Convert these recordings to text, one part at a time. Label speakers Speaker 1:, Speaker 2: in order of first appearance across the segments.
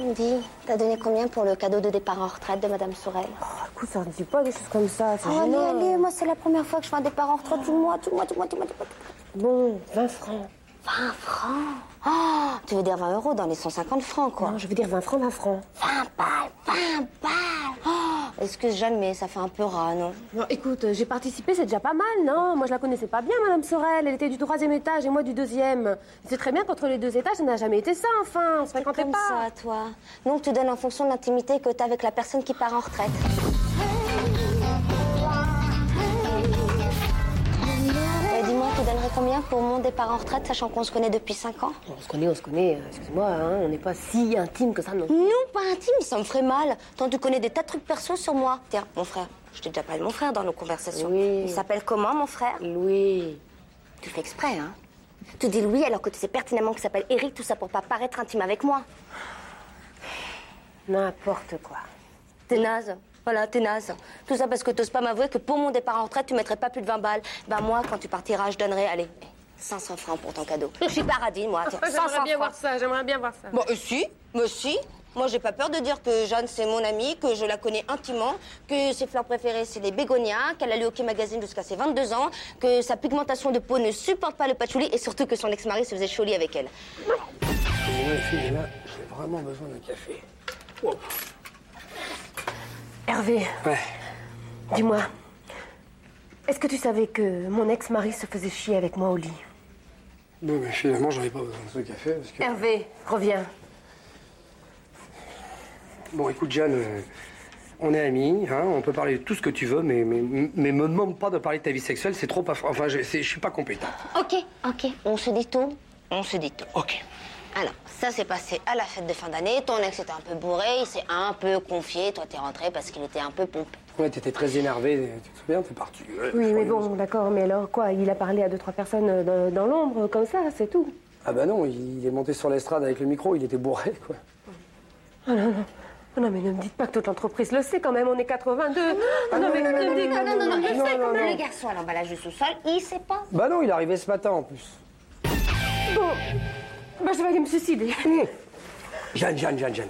Speaker 1: Dis, t'as donné combien pour le cadeau de départ en retraite de Madame Sorel
Speaker 2: Oh, Écoute, ça ne dit pas des choses comme ça. c'est
Speaker 1: Oh, allez,
Speaker 2: gênant.
Speaker 1: allez, moi c'est la première fois que je fais un départ en retraite du mois, du mois, du mois, du mois, du mois.
Speaker 2: Bon, 20 francs.
Speaker 1: 20 francs Ah, Tu veux dire 20 euros dans les 150 francs, quoi
Speaker 2: Non, je veux dire 20 francs, 20 francs.
Speaker 1: 20 balles, 20 balles Ah, Excuse jamais, ça fait un peu rat, non
Speaker 2: Non, écoute, euh, j'ai participé, c'est déjà pas mal, non Moi, je la connaissais pas bien, Madame Sorel. Elle était du troisième étage et moi du deuxième. C'est très bien qu'entre les deux étages, ça n'a jamais été ça, enfin. On se fréquentait
Speaker 1: Comme
Speaker 2: pas.
Speaker 1: ça, toi. Donc tu donnes en fonction de l'intimité que t'as avec la personne qui part en retraite. Euh, Dis-moi, tu donnerais combien pour mon départ en retraite, sachant qu'on se connaît depuis 5 ans
Speaker 2: On se connaît, on se connaît. euh, Excuse-moi, hein, on n'est pas si intime que ça, non
Speaker 1: Non, pas intime, ça me ferait mal. Tant tu connais des tas de trucs perso sur moi. Tiens, mon frère. Je t'ai déjà parlé de mon frère dans nos conversations.
Speaker 2: Oui.
Speaker 1: Il s'appelle comment, mon frère
Speaker 2: Louis.
Speaker 1: Tu fais exprès, hein Tu dis Louis alors que tu sais pertinemment qu'il s'appelle Eric, tout ça pour pas paraître intime avec moi.
Speaker 2: N'importe quoi.
Speaker 1: T'es naze. Voilà, t'es naze. Tout ça parce que t'oses pas m'avouer que pour mon départ en retraite, tu mettrais pas plus de 20 balles. Ben moi, quand tu partiras, je donnerai, allez, 500 francs pour ton cadeau. Je suis paradis, moi. Tiens, 500 francs.
Speaker 2: ça, j'aimerais bien voir ça.
Speaker 1: Bon, euh, si, mais si. Moi, j'ai pas peur de dire que Jeanne, c'est mon amie, que je la connais intimement, que ses fleurs préférées, c'est les bégonias, qu'elle a lu Hockey Magazine jusqu'à ses 22 ans, que sa pigmentation de peau ne supporte pas le patchouli et surtout que son ex-mari se faisait choli avec elle.
Speaker 3: Excusez-moi, les filles, mais là, j'ai vraiment besoin d'un café.
Speaker 2: Hervé,
Speaker 3: Ouais.
Speaker 2: dis-moi. Est-ce que tu savais que mon ex-mari se faisait chier avec moi au lit
Speaker 3: Bon, mais finalement, j'en ai pas besoin de ce café parce que.
Speaker 2: Hervé, reviens.
Speaker 3: Bon, écoute, Jeanne, euh, on est amis, hein, on peut parler de tout ce que tu veux, mais, mais, mais me demande pas de parler de ta vie sexuelle, c'est trop pas. Enfin, je, c'est- je suis pas compétent.
Speaker 1: Ok, ok. On se dit tout On se dit tout.
Speaker 3: Ok.
Speaker 1: Alors, ça s'est passé à la fête de fin d'année. Ton ex était un peu bourré, il s'est un peu confié. Toi, t'es rentré parce qu'il était un peu pompé.
Speaker 3: Ouais, t'étais très énervé, tu te souviens, t'es parti. ouais,
Speaker 2: Oui,
Speaker 3: sur
Speaker 2: mais
Speaker 3: les
Speaker 2: bon,
Speaker 3: ondes.
Speaker 2: d'accord, mais alors quoi Il a parlé à deux, trois personnes euh, dans, dans l'ombre, comme ça, c'est tout.
Speaker 3: Ah bah non, il est monté sur l'estrade avec le micro, il était bourré, quoi.
Speaker 2: Oh non, mais ne me dites pas que toute l'entreprise le sait quand même, on est 82. Oh non, mais ne me dites pas tout.
Speaker 1: non,
Speaker 3: non, non, non.
Speaker 1: le garçon à l'emballage du sous-sol, il sait pas.
Speaker 3: Bah non, il est arrivé ce matin en plus.
Speaker 2: Bah, je vais aller me suicider.
Speaker 3: Jeanne, Jeanne, Jeanne, Jeanne.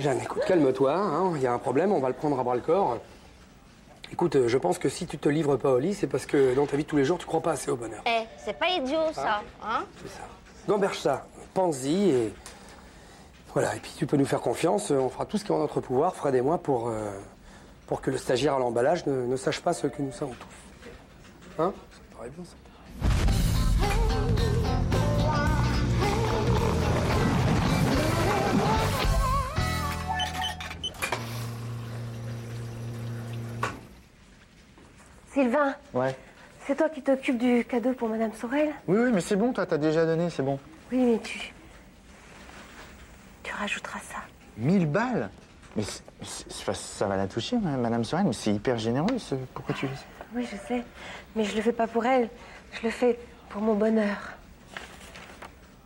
Speaker 3: Jeanne, écoute, calme-toi. hein, Il y a un problème, on va le prendre à bras le corps. Écoute, euh, je pense que si tu te livres pas au lit, c'est parce que dans ta vie de tous les jours, tu crois pas assez au bonheur.
Speaker 1: Eh, c'est pas idiot, ça, hein
Speaker 3: C'est ça. Gamberge ça. Pense-y et. Voilà, et puis tu peux nous faire confiance. euh, On fera tout ce qui est en notre pouvoir, Fred et moi, pour, euh, pour que le stagiaire à l'emballage ne, ne sache pas ce que nous sommes tous. Hein Ça te paraît bien, ça
Speaker 2: Sylvain,
Speaker 4: Ouais.
Speaker 2: c'est toi qui t'occupes du cadeau pour Madame Sorel
Speaker 4: Oui, oui, mais c'est bon, toi, t'as déjà donné, c'est bon.
Speaker 2: Oui, mais tu. Tu rajouteras ça.
Speaker 4: 1000 balles Mais c'est- c'est- ça, ça va la toucher, ma- Madame Sorel, mais c'est hyper généreux, ce- pourquoi tu fais ça
Speaker 2: Oui, je sais, mais je le fais pas pour elle, je le fais pour mon bonheur.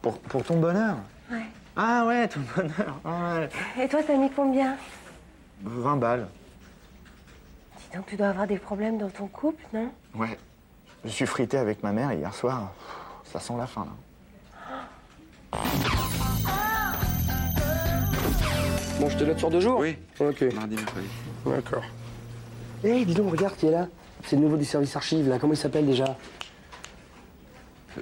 Speaker 4: pour, pour ton bonheur
Speaker 2: Ouais.
Speaker 4: Ah ouais, ton bonheur ah ouais.
Speaker 2: Et toi, t'as mis combien
Speaker 4: 20 balles.
Speaker 2: Dis donc, tu dois avoir des problèmes dans ton couple, non
Speaker 4: Ouais. Je suis frité avec ma mère hier soir. Ça sent la fin, là.
Speaker 3: Bon, je te note sur deux jours
Speaker 5: Oui.
Speaker 3: Ok,
Speaker 5: Mardi, mercredi.
Speaker 3: d'accord. Eh, dis donc, regarde qui est là. C'est le nouveau du service archive, là. Comment il s'appelle déjà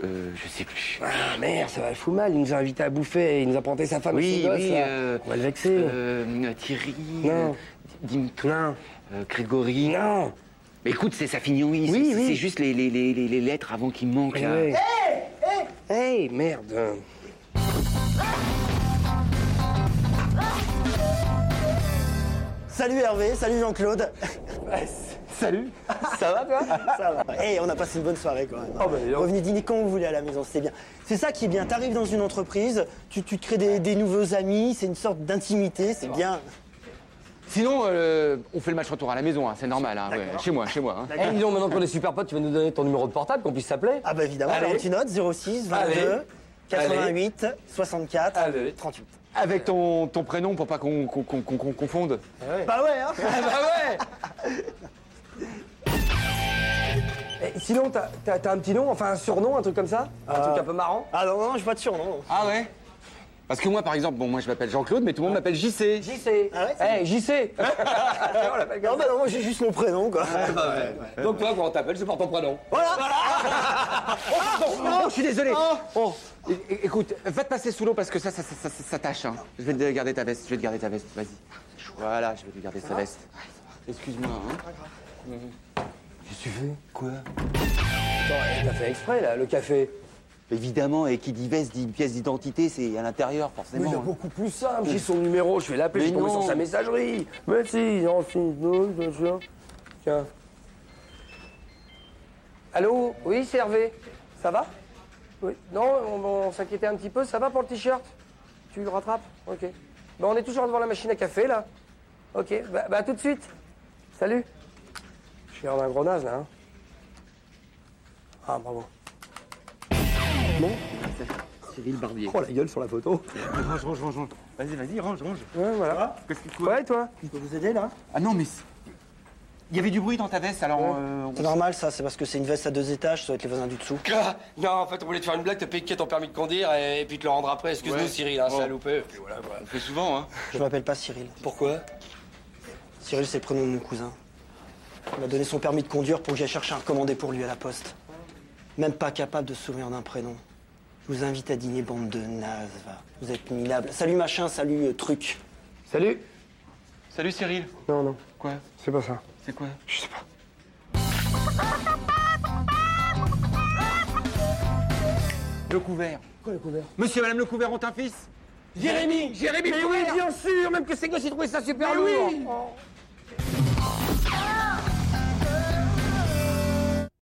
Speaker 5: Euh, je sais plus.
Speaker 3: Ah merde, ça va le fou mal. Il nous a invités à bouffer et il nous a planté sa femme et
Speaker 5: Oui,
Speaker 3: ses gosses,
Speaker 5: oui.
Speaker 3: là.
Speaker 5: euh,
Speaker 3: On va le vexer.
Speaker 5: euh, Thierry.
Speaker 3: Non.
Speaker 5: euh, Dimitri.
Speaker 3: Non.
Speaker 5: euh, Grégory.
Speaker 3: Non
Speaker 5: Mais écoute, c'est ça finit en
Speaker 3: Oui,
Speaker 5: i. c'est,
Speaker 3: oui.
Speaker 5: c'est juste les, les, les, les- les lettres avant qu'il manque là.
Speaker 3: Hé Hé Hé Eh, Merde
Speaker 6: Salut Hervé, salut Jean-Claude. Salut
Speaker 3: Ça va, toi
Speaker 6: Ça va. Eh, on a passé une bonne soirée quand même.
Speaker 4: Oh, bah, dis donc.
Speaker 6: Revenez dîner quand vous voulez à la maison, c'est bien. C'est ça qui est bien. T'arrives dans une entreprise, tu, tu te crées des, des nouveaux amis, c'est une sorte d'intimité, c'est bien.
Speaker 5: Sinon, euh, on fait le match retour à la maison, hein, c'est normal. hein, ouais, chez moi, chez moi. hein.
Speaker 3: Eh, dis donc, maintenant qu'on est super potes, tu vas nous donner ton numéro de portable qu'on puisse s'appeler
Speaker 6: Ah bah évidemment,
Speaker 3: Allez.
Speaker 6: alors tu notes 06 22
Speaker 3: Allez.
Speaker 6: 88 64
Speaker 3: Allez.
Speaker 6: 38.
Speaker 5: Avec ton, ton prénom pour pas qu'on qu'on- qu'on- qu'on- qu'on confonde.
Speaker 6: Bah ouais, hein
Speaker 3: Eh, Sinon, t'as- t'as t'as un petit nom, enfin un surnom, un truc comme ça Un truc un peu marrant
Speaker 6: Ah non, non, j'ai pas de surnom.
Speaker 5: Ah ouais Ah. Parce que moi, par exemple, bon, moi je m'appelle Jean-Claude, mais tout le monde m'appelle JC.
Speaker 3: JC
Speaker 6: Ah ouais,
Speaker 3: Eh, JC
Speaker 7: Oh,
Speaker 3: On l'appelle
Speaker 6: Non,
Speaker 3: comme
Speaker 6: bah
Speaker 3: ça.
Speaker 6: non, moi j'ai juste mon prénom, quoi.
Speaker 3: Donc toi, quand on t'appelle, c'est pour ton prénom.
Speaker 6: Voilà,
Speaker 5: Oh, je suis désolé. Oh, é- é- écoute, va te passer sous l'eau parce que ça, ça, ça, ça, ça, ça tâche. hein. Je vais te garder ta veste. Je vais te garder ta veste. Vas-y. Voilà, je vais te garder ta veste. Excuse-moi. hein.
Speaker 3: Qu'est-ce que tu fais Quoi T'as fait exprès, là, le café.
Speaker 5: Évidemment, et qui dit veste dit pièce d'identité, c'est à l'intérieur forcément.
Speaker 3: Mais c'est
Speaker 5: hein.
Speaker 3: beaucoup plus simple, j'ai son numéro, je vais l'appeler, je
Speaker 5: Mais
Speaker 3: vais tomber
Speaker 5: non.
Speaker 3: sur sa messagerie. Mais si, j'en finis bien sûr. Tiens. Allô Oui, c'est Hervé. Ça va Oui. Non, on, on s'inquiétait un petit peu. Ça va pour le t-shirt Tu le rattrapes Ok. Ben, on est toujours devant la machine à café, là. Ok, bah, bah, à tout de suite. Salut.
Speaker 4: Je suis un gros naze, là. hein. Ah, bravo.
Speaker 5: Cyril Barbier.
Speaker 4: Oh, la gueule sur la photo.
Speaker 8: Range, range, range, range. Vas-y, vas-y, range, range.
Speaker 4: Ouais, voilà.
Speaker 8: Qu'est-ce qu'il
Speaker 4: Ouais, toi
Speaker 6: je peux vous aider là
Speaker 5: Ah non, mais c'est- il y avait du bruit dans ta veste, alors. euh, on-
Speaker 6: C'est normal ça, c'est parce que c'est une veste à deux étages, ça doit être les voisins du dessous.
Speaker 7: Ah, non, en fait, on voulait te faire une blague, te piquer ton permis de conduire et, et puis te le rendre après. Excuse-nous,
Speaker 5: Ouais.
Speaker 7: Cyril, hein,
Speaker 5: Bon.
Speaker 7: ça a loupé. Puis voilà, voilà.
Speaker 5: On fait souvent, hein.
Speaker 6: Je m'appelle pas Cyril.
Speaker 7: Pourquoi
Speaker 6: Cyril, c'est le prénom de mon cousin. Il m'a donné son permis de conduire pour que j'aille chercher un recommandé pour lui à la poste. Même pas capable de se souvenir d'un prénom. Je vous invite à dîner, bande de nazes, va. Vous êtes minables. Salut machin, salut euh, truc.
Speaker 4: Salut.
Speaker 5: Salut Cyril.
Speaker 4: Non, non,
Speaker 5: Quoi
Speaker 4: c'est pas ça.
Speaker 5: C'est quoi Je sais pas. Le couvert.
Speaker 4: Quoi, le couvert
Speaker 5: Monsieur, madame le couvert ont un fils
Speaker 3: Jérémy
Speaker 5: Jérémy
Speaker 3: Mais oui, bien sûr, même que c'est que j'ai trouvé ça super lourd.